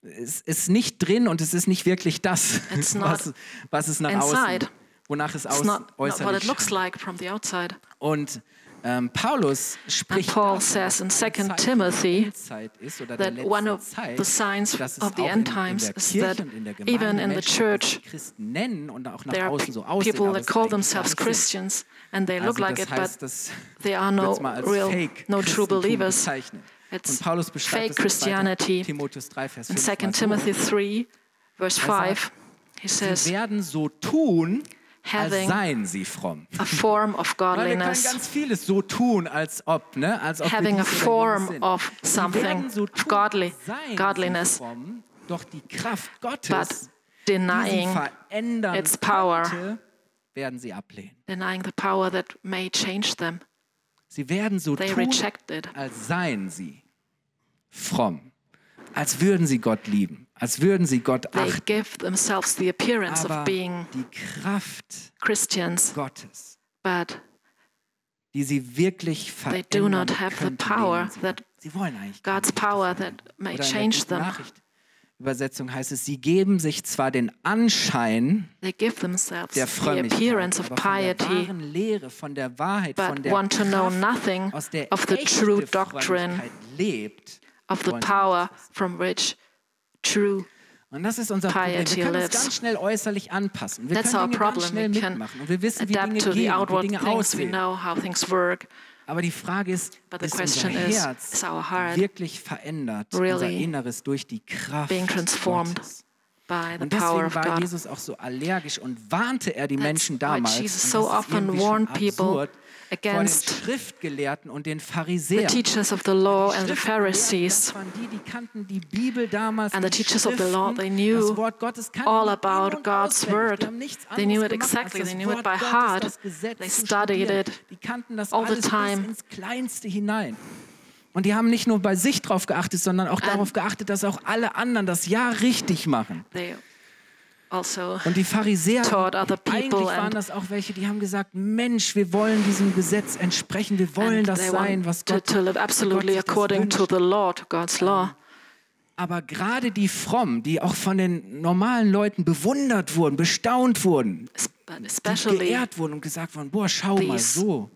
es ist nicht drin und es ist nicht wirklich das,
It's not
was, was es nach
inside.
außen, wonach es
It's
außen,
not, not what it
äußerlich
looks
scheint.
like from the outside.
Und ähm, Paulus spricht
Paul
davon,
says in
dass ein
2
Zeichen
Timothy
der Endzeit ist oder der
that
letzten
one of
Zeit,
the signs
dass es
of the
auch
end
in-
times
in der
is
Kirche
that
und in der
even
Gemeinde
in the
Menschen,
church,
die sich Christen nennen und auch nach
There are
außen so aussehen,
people
aber
that
es
call
eigentlich gar
themselves
nicht sind.
Christians and they
Also
look like
das
it, but
heißt, das
they are no
wird's mal als
real,
Fake
no true
Christentum
believers.
bezeichnet.
It's
Und Paulus beschreibt es
fake
in 2.
Christianity.
Timotheus 3, Vers
In
5
2
mal so.
Timothy 3, verse
sagt,
5, he
Sie
says,
werden so tun, als
Having
seien sie fromm.
a form of
Weil wir können
godliness,
ganz vieles so tun, als ob, ne? Als ob wir
having a
dies oder jenes
form
sind.
of
Sie werden
something
so
of
tun,
godly,
als seien sie
godliness,
Fromm, doch die Kraft Gottes,
but
die sie
denying,
verändern
its power.
könnte, werden sie ablehnen.
denying the power that may change them.
Sie werden so
They
tun,
reject it.
als seien sie fromm, als würden sie Gott lieben, als würden sie Gott
They
achten.
give themselves the appearance
Aber
of being
die Kraft
Christians,
Gottes,
but
die sie wirklich
They
verändern
do not have the
könnte,
power
lehnen sie ab.
that
Sie wollen eigentlich gar
God's
nicht, dass wir
power that may
Oder in
change
der
them.
Übersetzung heißt es, sie geben sich zwar den Anschein
They give themselves
der
the
Frömmigkeit,
appearance of
aber von der
piety,
wahren Lehre, von der Wahrheit, von
but
der
want to know
Kraft,
nothing
aus der
of the
echte
true doctrine
Frömmigkeit lebt,
of the
wollen sie
power from which true.
Und das ist unser Problem.
Piety
Wir können
lives.
uns ganz schnell äußerlich anpassen. Wir
That's our
können Dinge
problem.
ganz schnell
We can
mitmachen. Und wir wissen, wie Dinge
Adapt to the
gehen, wie
outward
Dinge
things. We
aussehen.
know how things work.
Aber die Frage ist,
But the
ist unser
question is,
Herz
is our heart
wirklich verändert, unser
really
Inneres durch die Kraft
being transformed
Gottes?
by the
Und
power
deswegen
of
war
God.
Jesus auch so allergisch und warnte er die Menschen
why
damals,
Jesus
und
so
das ist
often
irgendwie schon
warned people
absurd,
against
vor den Schriftgelehrten und den
The
Pharisäern.
teachers of the law and
Schriftgelehrten,
the Pharisees,
das waren die, die kannten die Bibel damals,
And the
die
teachers of the
Schriften,
law, they knew
das Wort Gottes kannten
all
die in-
about
und
God's
auswendig.
word.
Die haben nichts
They knew
anderes gemacht,
it
als
exactly.
das
They knew it
Wort
by
Gottes,
heart.
das Gesetz
They
zu
studied
studieren.
it
Die kannten das
all the
alles
time.
bis ins Kleinste hinein. Und die haben nicht nur bei sich drauf geachtet, sondern auch darauf geachtet, dass auch alle anderen das ja richtig machen.
they also
Und die Pharisäer,
taught other
eigentlich
people
waren
and-
das auch welche, die haben gesagt, Mensch, wir wollen diesem Gesetz entsprechen, wir wollen
and
das
they
sein, was
want to,
Gott,
to live absolutely
Gott sich das
according to
wünscht.
the law, to God's law.
Aber gerade die Frommen, die auch von den normalen Leuten bewundert wurden, bestaunt wurden,
Es- But
die
especially
geehrt wurden und gesagt wurden, boah, schau mal
these
so.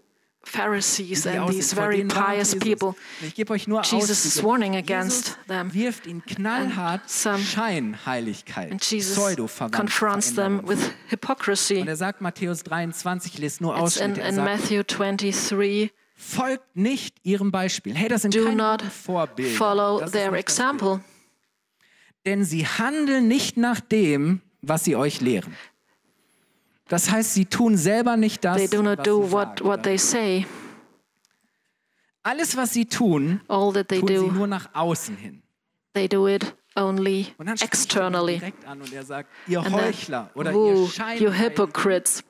Pharisees
wie die
and
aussehen.
these
Vor
very
denen warnt
pious
Jesus.
people.
Und Ich gebe euch nur
Jesus
Auszüge.
is warning
Jesus
against them.
wirft ihnen knallhart
And some-
Scheinheiligkeit,
And Jesus confronts them
Pseudo-Verwandlung.
with hypocrisy.
Und er sagt Matthäus 23, ich lese nur
It's in,
Ausschnitte, er
in
sagt,
Matthew 23
folgt nicht ihrem Beispiel. Hey, das sind
do
keine
not
guten Vorbilder.
follow
Das ist
their
nicht das
example.
denn sie handeln nicht nach dem, was sie euch lehren. Das heißt, sie tun selber nicht das,
They do not
was
do
sie
what,
sagen,
what they say.
Alles, was sie tun,
All that they
tun sie
do,
nur nach außen hin.
they do it only
Und dann spricht er sie
externally.
direkt an und er sagt, ihr
And
Heuchler oder
then, woo,
ihr Schein,
you hypocrites,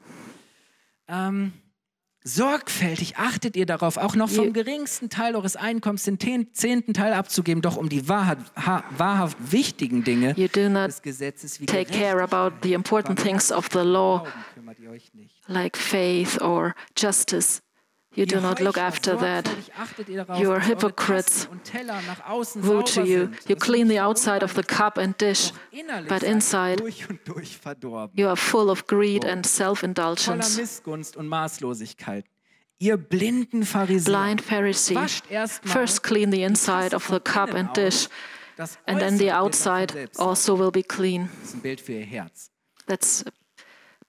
ähm, sorgfältig achtet ihr darauf, auch noch
You-
vom geringsten Teil eures Einkommens den ten- zehnten Teil abzugeben, doch um die wahrhaft, ha, wahrhaft wichtigen Dinge
you do not
des Gesetzes wie
take care about the important things of the law,
Gerechtigkeit kümmert ihr euch nicht.
like faith or justice. You do
Ihr
not look
Heuchler,
after that.
sorgfältig achtet ihr darauf,
You are
dass eure
hypocrites.
Tassen und Teller nach außen
Woo
sauber
to you.
sind.
You
Das
clean the
ist
outside of the
unreinlich,
cup and dish,
doch innerlich
but
seid ihr
inside
durch und durch verdorben,
you are full of greed and self
voller
indulgence.
Missgunst und Maßlosigkeit. Ihr blinden Pharisäer,
Blind Pharisee,
wascht erstmal
first clean the inside of the cup and dish, and then the outside
Das
also will be clean.
ist ein Bild für ihr Herz.
That's a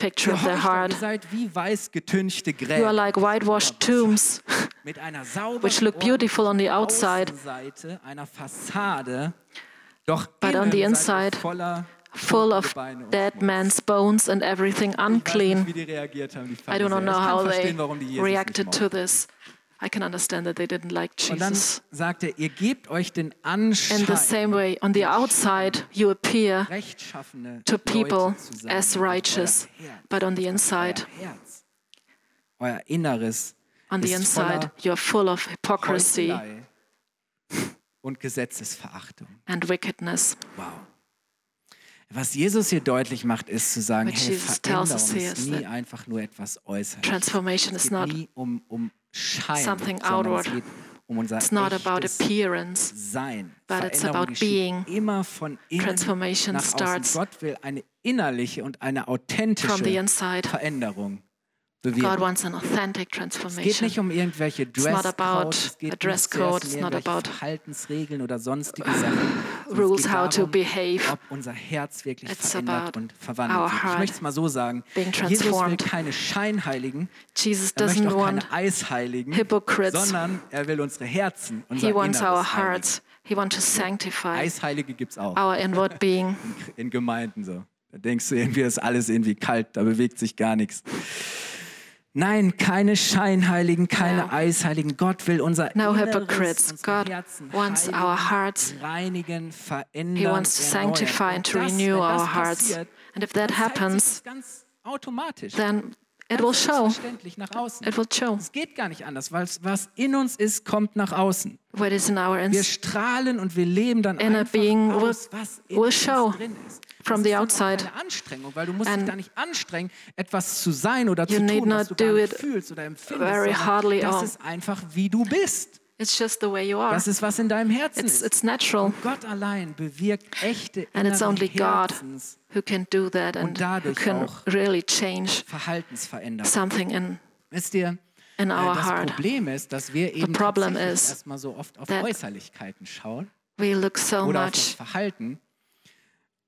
picture
Ihr
of their
Heuchler,
heart.
ihr seid wie weiß getünchte
You are
Gräber
like whitewashed tombs,
mit einer sauberen
which look beautiful on the outside,
Außenseite einer Fassade, doch
But
innen
on the
seid ihr
inside,
voller
full of
Gebeine und
dead
Schmutz.
man's bones and everything unclean.
Ich weiß nicht, wie die reagiert haben, die
I do
Pharisäer.
not
Ich
know
kann
how they
verstehen, warum die Jesus
reacted
nicht
to this. I can understand that they didn't like
mochten. Und dann
Jesus.
sagt er, ihr gebt euch den
In the
Anschein,
same way, on the outside, you appear
rechtschaffene
to people
Leute zu sein,
as
euer
righteous,
Herz,
but on the inside,
euer Herz, euer Inneres
on the
ist
inside,
voller
you're full of hypocrisy
Heuchelei und Gesetzesverachtung.
and wickedness.
Wow. Was Jesus hier deutlich macht, ist zu sagen,
What
hey,
Jesus tells us
Veränderung
here
ist
is
nie
that
einfach nur etwas äußerlich.
Transformation
Es
is
geht
not,
nie um, um Schein,
something
sondern
outward.
es geht um unser
it's not about
echtes
appearance.
Sein.
but it's
Veränderung
about
geschieht
being.
Immer von innen
Transformation
nach außen.
starts
Gott will eine innerliche und eine authentische
from the inside.
Veränderung
God
bewirken.
wants an authentic
Es geht
transformation.
nicht um irgendwelche
not about
Dresscodes, es
a
geht
dress
nicht zuerst
code, it's
um
not
irgendwelche
about-
Verhaltensregeln oder sonstige Sachen,
rules how to behave.
ob unser Herz wirklich
It's
verändert
about
und
our
verwandelt wird. Ich
heart
möchte es mal so sagen.
being
Jesus will
transformed.
keine Scheinheiligen,
Jesus
er möchte
doesn't
auch
want
keine Eisheiligen,
hypocrites.
sondern er will unsere Herzen, unser
He wants
Inneres
our
heiligen.
hearts. He wants to sanctify
Eisheilige gibt es auch
our inward being.
in Gemeinden so. Da denkst du irgendwie, ist alles irgendwie kalt, da bewegt sich gar nichts. Nein, keine Scheinheiligen, keine
No.
Eisheiligen. Gott will unser
No
Inneres,
hypocrites.
unsere
God
Herzen
wants
heiligen,
our hearts.
reinigen, verändern,
He wants to
erneuern.
sanctify and to
Und das, wenn
renew
das
our hearts.
passiert,
And if
dann zeigt
that
sich
happens,
das ganz automatisch,
then it
ganz
will show.
selbstverständlich nach außen.
It will show.
Es geht gar nicht anders, weil es- was in uns ist, kommt nach außen.
What is in our
Wir
ins-
strahlen und wir leben dann
Inner
einfach
being will-
aus, was in
will
uns
show
drin ist.
from
das
the
ist dann auch
outside.
Keine Anstrengung, weil du musst dich
And
da nicht anstrengen, etwas zu sein oder
you
zu
need
tun, was du
not
gar
do
nicht
it
fühlst oder empfindest.
very
sondern
hardly
das
all.
ist einfach, wie du bist.
It's just the way you are.
Das ist, was in deinem Herzen
It's,
ist.
it's natural.
Gott allein bewirkt echte
And it's
inneren
only God
Herzens
who can do that and who
dadurch
can
auch
really change
Verhaltensveränderung.
something in,
Wisst ihr,
in
äh,
our
das
heart.
Problem ist, dass wir eben
problem
tatsächlich
is
erstmal so oft auf
that
Äußerlichkeiten schauen.
We look so
oder auf das
much
Verhalten.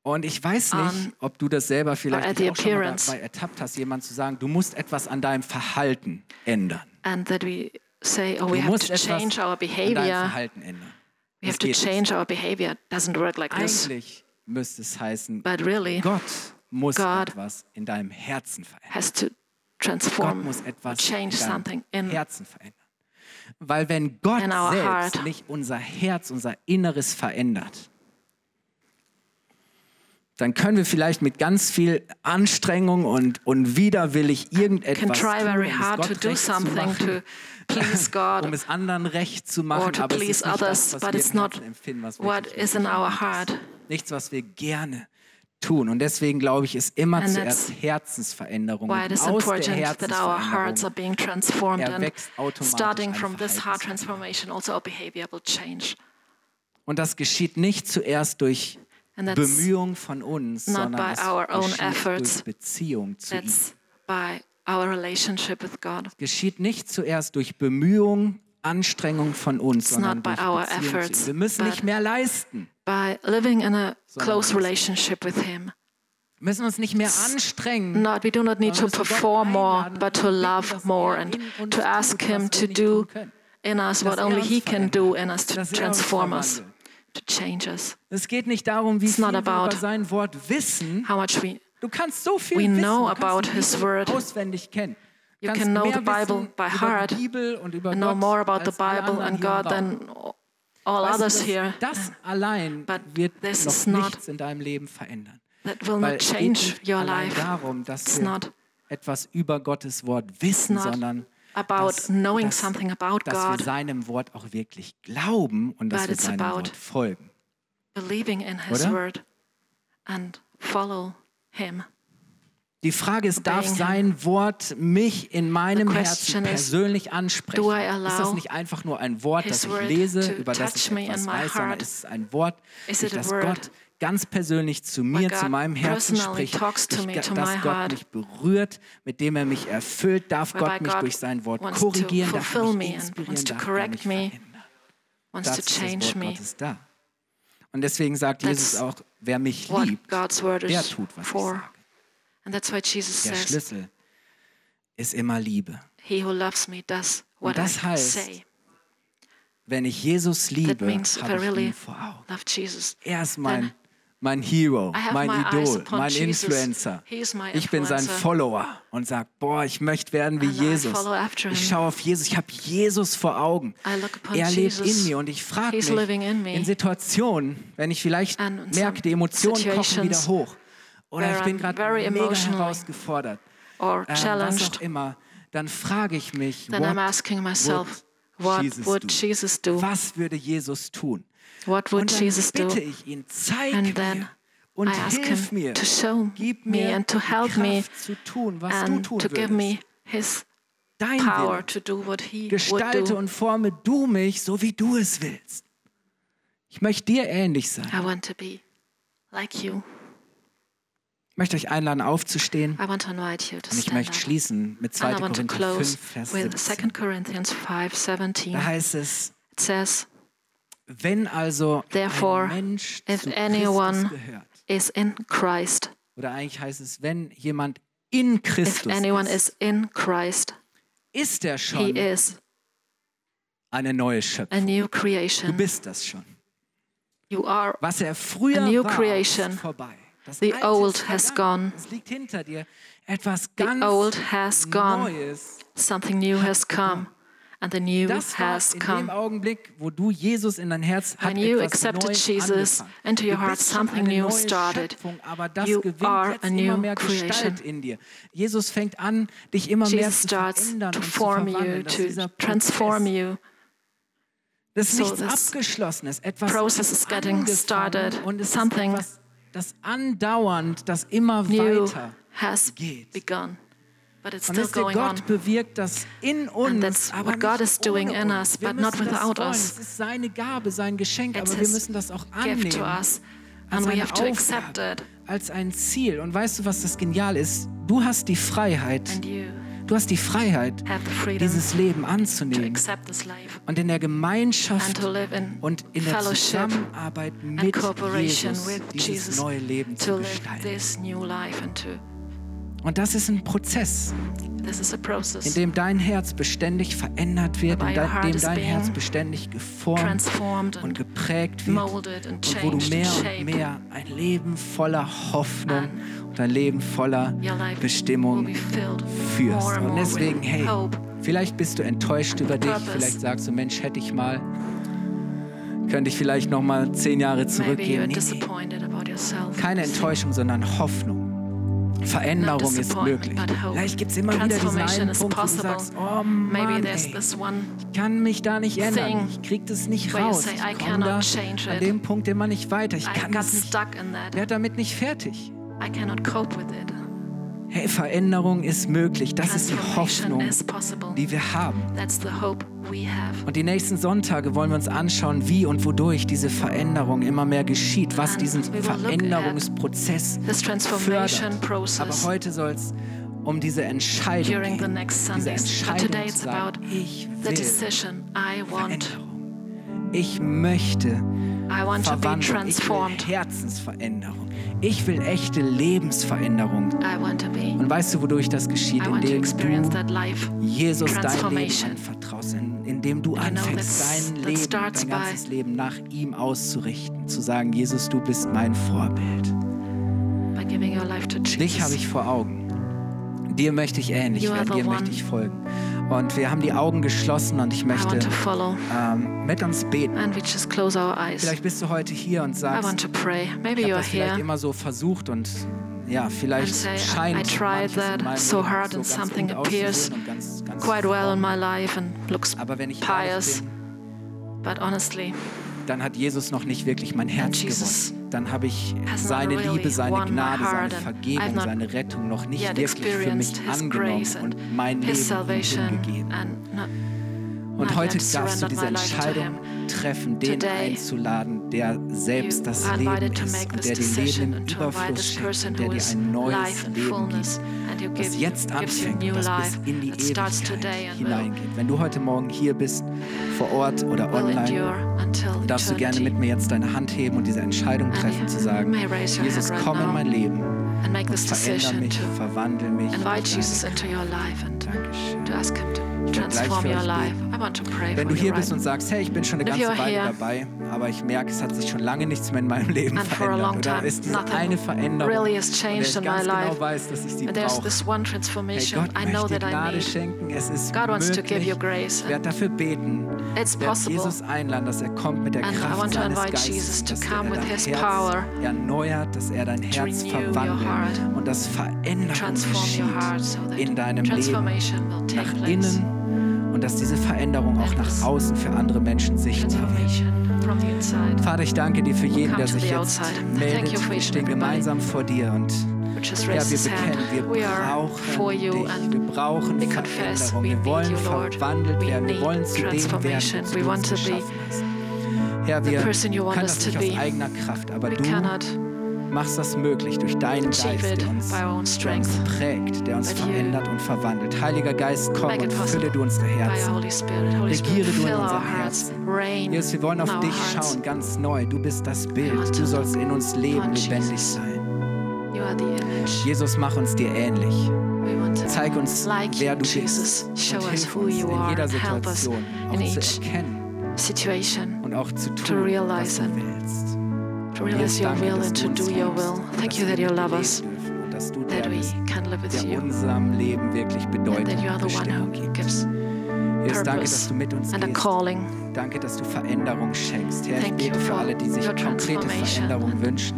Und ich weiß nicht,
Um,
ob du das selber vielleicht
at
dich
the
auch schon mal
appearance.
dabei ertappt hast, jemand zu sagen, du musst etwas an deinem Verhalten ändern.
and that we say, oh,
Du
we have
musst
to
etwas
change our
an deinem
behavior.
Verhalten ändern.
We
Das
have to
geht nicht.
change our behavior. It doesn't work like this.
Eigentlich müsste es heißen,
But really,
Gott muss
God
etwas in deinem Herzen verändern.
has to
Gott
transform,
muss etwas
change
in
something
deinem
in
Herzen verändern. Weil wenn Gott
in our
selbst
heart.
nicht unser Herz, unser Inneres verändert, dann können wir vielleicht mit ganz viel Anstrengung und, und widerwillig
can
irgendetwas
try very
tun, um es
hard
Gott
to do
recht zu
something
machen,
to please
um
God
es anderen recht zu machen,
or to
aber es
please
ist nicht
others,
das, was
but
wir
it's
im
not
Herzen empfinden, was
what
wirklich
is in
wirklich
our
gut
heart.
Ist. Nichts, was wir gerne tun. Und deswegen glaube ich, ist immer
And
zuerst
that's
Herzensveränderung.
why
und
it is
aus der
important that our hearts are
Herzensveränderung
being transformed and
erwächst Er automatisch
starting
ein
from this heart
Verhaltensverhalten.
transformation also our behavior will change
Und das geschieht nicht zuerst durch
And that's
Bemühung von uns,
not
sondern
by
es
our own
geschieht
efforts.
durch Beziehung zu ihm.
that's by our relationship with God
geschieht nicht zuerst durch Bemühung, Anstrengung von uns,
It's
sondern
not by
durch
our
Beziehung zu ihm.
efforts,
Wir müssen
but-
nicht mehr leisten,
by living in a
Sondern
close
Beziehung.
relationship with Him
wir müssen uns nicht mehr anstrengen.
not we do not need
sondern
to
müssen Gott
perform more
einladen und
but to
bitten,
love
dass
more
er
and
in uns
to ask
tut,
Him
was wir
to
nicht
do
tun können.
in us what
Dass er
only
uns
He can
verändert,
do in us to
dass er uns
transform us
verwandelt.
to change us
Es geht nicht darum, wie
It's
viel
not
wir über
about
sein Wort wissen.
how much we
Du kannst so viel
we
wissen,
know
du kannst
about
die
his
Bibel
word.
auswendig kennen. Du
You
kannst
can know
mehr
the Bible
wissen
by
über die
heart
Bibel und über
and know
Gott
more about
als
the
alle anderen
Bible and
hier im
God
Raum.
than all
Weißt du,
others
das-
here.
Das allein
But
wird
this is
noch
not-
nichts in deinem Leben verändern.
That will
Weil
not
es geht
change
nicht
your
allein
life.
darum, dass
It's
wir
not-
etwas über Gottes Wort wissen,
not
sondern
about
dass,
knowing
dass,
something about
dass wir
God.
seinem Wort auch wirklich glauben und dass
But
wir
it's
seinem
about-
Wort folgen.
Believing in his
Oder?
word and follow him.
Die Frage ist, darf
Obeying him.
sein Wort mich in meinem
The
Herzen
question is,
persönlich ansprechen?
do I allow
Ist das nicht einfach nur ein Wort,
his
das ich
word
lese,
to
über das ich
touch me
etwas
in my
weiß, sondern
heart?
ist es ein Wort,
Is
durch
it a
das
word
Gott ganz persönlich zu
where
mir, zu
God
meinem Herzen
personally
spricht,
talks to
ich,
me, to my
dass Gott
heart?
mich berührt, mit dem er mich erfüllt, darf
Whereby
Gott mich
God
durch sein Wort
wants to
korrigieren, darf er
fulfill
mich
me and wants
inspirieren,
to
darf er
correct
mich
me,
verändern.
wants
Das
to
ist das
change
Wort
me.
Gottes da. Und deswegen sagt Jesus
That's
auch, wer mich
What
liebt,
God's word
der
is
tut, was ich
for.
sage.
And that's why Jesus
Der
says,
Schlüssel ist immer Liebe.
He who loves me does what I
das heißt,
say.
Wenn ich Jesus liebe,
That means if I
habe ich
really
ihn vor Augen.
love Jesus,
Er ist
then
mein, mein Hero,
I have
mein
my eyes
Idol,
upon
mein
Jesus.
Influencer.
He is my
Ich bin sein
influencer.
Follower und sage, boah, ich möchte werden wie
And I
Jesus.
follow after him.
Ich schaue auf Jesus, ich habe Jesus vor Augen.
I look upon
Er lebt in
Jesus.
mir und ich frage
He's
mich
living in me.
in Situationen, wenn ich vielleicht
And in
merke, die
some
Emotionen kochen wieder
situations
hoch oder
where
ich bin
I'm
gerade
very
mega
emotionally
herausgefordert,
or
ähm, was auch
challenged,
immer, dann frage ich mich,
then I'm
what
asking myself,
would
what
Jesus
would
do?
Jesus do?
was würde Jesus tun?
What would
und dann
Jesus do?
bitte ich ihn, zeig
And then
mir und
I ask
hilf
him
mir,
to show
gib
me
mir
and to
die
help me
Kraft zu tun, was du
And
tun
to give
würdest.
me His
Dein
power
Wille.
to do what He would
Gestalte
do.
und forme du mich, so wie du es willst. Ich möchte dir ähnlich sein.
I want to be like you.
Ich möchte euch einladen, aufzustehen.
I want to invite you to
Und ich
stand
möchte
up.
schließen mit
And
2.
I want
Korinther
to
5,
close
Vers
with 2
17.
Corinthians 5:17.
Da heißt es,
It says,
Wenn also
Therefore,
ein Mensch
if
zu
anyone-
Christus gehört,
is in Christ.
oder eigentlich heißt es, wenn jemand in
If
Christus
anyone
ist,
is in Christ,
ist er
he
schon
is
eine neue Schöpfung.
a new
Du
creation.
bist das schon.
You are
Was er früher
A new
war,
creation.
ist vorbei. Das
The
Alte
old
ist
has
vergangen.
gone.
Es liegt hinter dir etwas
the
ganz
old has gone,
Neues.
something new has come, and the new
Das war
has
in dem
come.
Augenblick, wo du Jesus in dein Herz hat
When you
etwas
accepted
Neues
Jesus
angefangen.
into your
Du
heart,
bist schon
something
eine
new
neue
started.
Schöpfung, aber das
You
gewinnt
are
jetzt
a
immer
new
mehr Gestalt
creation.
in dir. Jesus fängt an, dich immer mehr
Jesus
zu
starts
verändern
to
und zu
form you,
verwandeln. Das ist dieser
to transform
Prozess.
you.
Das ist
So
nichts
this
Abgeschlossenes, etwas
process is getting
angefangen
started.
und es
Something
ist etwas, das andauernd, das immer
New
weiter
has
geht.
begun, but it's
Und
still
dass der
going on.
Gott bewirkt das in
And
uns,
that's
aber
what God
nicht
is doing
ohne
in
uns.
us,
Wir
but not
müssen das
without
wollen.
us.
Es ist seine Gabe, sein Geschenk,
It's
aber wir
his
müssen das auch
gift to
annehmen
us,
als
and we
eine
have to accept
Aufgabe,
it.
als ein Ziel. Und weißt du, was das genial ist? Du hast die Freiheit,
And you
du hast die Freiheit,
have the freedom
dieses Leben
to
anzunehmen
accept this life
und in der
and
Gemeinschaft
to live in
und in der
fellowship
Zusammenarbeit mit
cooperation
Jesus
with
dieses
Jesus
neue Leben
to
zu
live
gestalten.
this new life and to
Und das ist ein Prozess,
this is a
in
process
dem dein Herz beständig verändert wird, in
Whereby your
de-
heart
dem
is
dein
being
Herz beständig geformt
transformed
und
and
geprägt wird und
molded and
wo du
changed and
mehr und
shaped.
mehr ein Leben voller Hoffnung und ein Leben voller
Your life will
Bestimmung
be filled more
führst.
and
Und
more
deswegen,
with
hey,
hope.
vielleicht bist du enttäuscht über dich,
purpose.
vielleicht sagst du, Mensch, hätte ich mal, könnte ich vielleicht noch mal zehn Jahre
Maybe you're
zurückgehen. Nee, nee.
disappointed about yourself.
Keine Enttäuschung, sondern Hoffnung. Veränderung ist möglich.
Disappointment, but hope.
Vielleicht gibt es immer wieder diesen
Transformation
einen
is
Punkt, wo du
possible.
sagst, oh
Maybe
Mann,
there's
ey,
this one
ich kann mich da nicht ändern.
thing
Ich krieg das nicht
where you
raus.
say, I
Ich komme
cannot
da
change
an
it.
dem Punkt immer nicht weiter. Ich
I
kann
got
das nicht.
stuck in that.
Werd damit nicht fertig.
I cannot cope with it.
Hey, Veränderung ist möglich. Das ist die
Transformation
Hoffnung,
is possible.
die wir haben.
That's the hope we have.
Und die nächsten Sonntage wollen wir uns anschauen, wie und wodurch diese Veränderung immer mehr geschieht, was
And
diesen
we will look at
Veränderungsprozess
This transformation
fördert. Aber
process
heute soll es um diese Entscheidung
during the
gehen.
next
Diese
Sundays. But today
Entscheidung zu
it's
sagen,
about
ich
the
will
decision. I want.
Veränderung. Ich möchte
I want to be
Verwandlung. Ich will
transformed.
Herzensveränderung. Ich will echte Lebensveränderung.
I want to be.
Und weißt du, wodurch das geschieht?
I want to
Indem
experience
du
that life.
Jesus dein Leben
Transformation.
anvertraust, in- indem du anfängst,
that's-
dein
that
Leben,
starts
dein
by-
ganzes Leben nach ihm auszurichten, zu sagen, Jesus, du bist mein Vorbild.
by giving your life to
Dich habe
Jesus.
ich vor Augen. Dir möchte ich ähnlich
You are
werden,
the
dir
one.
möchte ich folgen. Und wir haben die Augen geschlossen und ich
I
möchte
want to follow.
ähm, mit uns beten.
And we just close our eyes.
Vielleicht bist du heute hier und
I
sagst,
want to pray. Maybe
ich habe
you're
das vielleicht
here.
immer so versucht und ja, vielleicht
And say, I-
scheint
I tried
manches in
that
meinem
so
Leben
hard
so
and
ganz
something
gut
appears
auszusehen und ganz, ganz
Quite well in
fromm.
my life and looks
Aber wenn ich
pious.
ehrlich bin,
But honestly,
dann hat Jesus noch nicht wirklich mein
And
Herz
Jesus
gewonnen. Dann habe ich
has not
seine
really
Liebe, seine
won my
Gnade, seine
heart and I've
Vergebung,
not
seine Rettung noch nicht
yet
wirklich für
experienced
mich
His
angenommen
grace and
und mein Leben
His
ihm
salvation
hingegeben.
and not
Und
not
heute
yet
darfst du
surrendered
diese
my life to
Entscheidung treffen, den
Today,
einzuladen, der selbst das
You are
Leben
invited to
ist
make
und
this
der dir Leben
decision
im
and to invite
Überfluss
this
schenkt
person
und der
who
dir
is
ein neues
life
Leben
in
gibt,
fullness and you
das
give,
jetzt
gives you
anfängt
new
und das
life
bis in die
that starts today
Ewigkeit
and will,
hineingeht. Wenn du heute Morgen hier bist, vor Ort oder
will
online,
endure until
darfst du gerne mit
eternity.
mir jetzt deine Hand heben und diese Entscheidung treffen, zu sagen,
may raise your hand
Jesus,
right
komm in
now.
mein Leben,
And make this
veränder
decision
mich,
to
verwandle mich.
invite
Danke.
Jesus into your life and
Dankeschön.
to ask Him to
Ich werde gleich
transform
für
your
euch
life. I want to pray
Wenn
for
du
you
hier
right
bist und sagst, hey, ich bin schon eine
If
ganze
you're
Weile
here-
dabei, aber ich merke, es hat sich schon lange nichts mehr in meinem Leben
And for a
verändert.
long
Oder
time,
ist diese
nothing
eine Veränderung,
really has
von der
changed
ich
in
ganz
my
genau
life.
weiß, dass ich sie
And there's
brauche.
this one
Hey,
transformation
Gott
I know
möchte dir
that I
Gnade
need.
schenken, es ist
God wants to
möglich.
give you grace
Ich werde dafür beten.
It's
Ich werde
possible.
Jesus einladen, dass er kommt mit der
And I
Kraft
want to
seines
invite
Geistes,
Jesus to
dass er
come with
dein
his
Herz
power
erneuert, dass er dein Herz
renew your
verwandelt
heart.
und dass Veränderung
transform
geschieht
your heart so that
in deinem Leben
transformation will take
nach
place.
innen und dass diese Veränderung auch nach außen für andere Menschen sichtbar wird.
Transformation from the inside,
Vater, ich danke dir für jeden,
Come
der
to
sich
the
jetzt
outside. Thank you
meldet. Wir
for each and
stehen
everybody.
gemeinsam vor dir und
which is
ja,
raised
wir
his hand.
bekennen,
We
wir
are for
brauchen dich,
you
wir
and
brauchen
we confess,
Veränderung,
we
wir
need
wollen
you, Lord.
verwandelt
We
werden, wir
need
wollen zu dem werden,
transformation.
zu
We
dem du
want
uns
to be
geschaffen hast. Herr,
the
wir
person you want
können
us
das nicht
to
aus
be.
eigener Kraft, aber
we
du
cannot
machst das möglich durch deinen
Achieve
Geist,
it
der uns,
by our own
der uns
strength.
prägt, der uns
That you
verändert und verwandelt. Heiliger Geist, komm
Make
und
it
fülle
possible
du unsere
by your
Herzen.
Holy Spirit. Holy Spirit,
Regiere du in
fill
unser
our hearts,
Herz.
reign
Jesus, wir wollen
in
auf
our
dich
hearts.
schauen, ganz neu. Du bist das Bild. Du sollst in uns leben,
Lord Jesus.
lebendig sein.
You are the image.
Jesus, mach uns dir ähnlich.
We want to
Zeig uns,
like
wer
you,
du
Jesus.
bist.
Show
Und
us
hilf
who
uns
you
in
are.
jeder
Help us
Situation,
in
auch
each
zu erkennen
situation
und auch zu
to
tun, was
realize
du
it.
willst.
to
Jesus,
realize your
danke,
will
dass
and
du
to
uns
do your
liebst
will.
und
Thank
dass
you
wir
that you
mit dir
love
leben
us,
dürfen und dass du
that
der
we
bist,
can live with
der
you,
unserem Leben wirklich
and
Bedeutung
that you are
und
the one
Bestimmung
who
gibt.
gives
Jesus, danke, dass
purpose
du mit uns
and a
gehst.
calling.
Danke, dass du Veränderung schenkst. Herr, ich
Thank
bete
you
für
for
alle, die sich
your
konkrete
transformation
Veränderung
and
wünschen,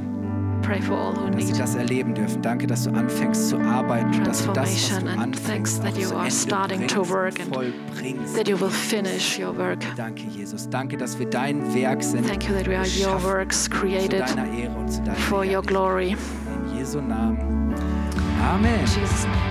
Pray for all who
dass sie
need
das erleben dürfen. Danke, dass du anfängst zu arbeiten, und dass du das, was
Transformation
du
and
anfängst,
thanks
auch
that you
zu
are
Ende
starting
bringst,
to work
und
and
vollbringst.
that you will finish your work.
Danke, Jesus. Danke, dass wir dein Werk sind.
Thank you that we are your
geschaffen,
works
Zu
created
deiner Ehre und zu deiner
for your
Herrlichkeit.
glory.
In Jesu Namen. Amen.
Jesus' name.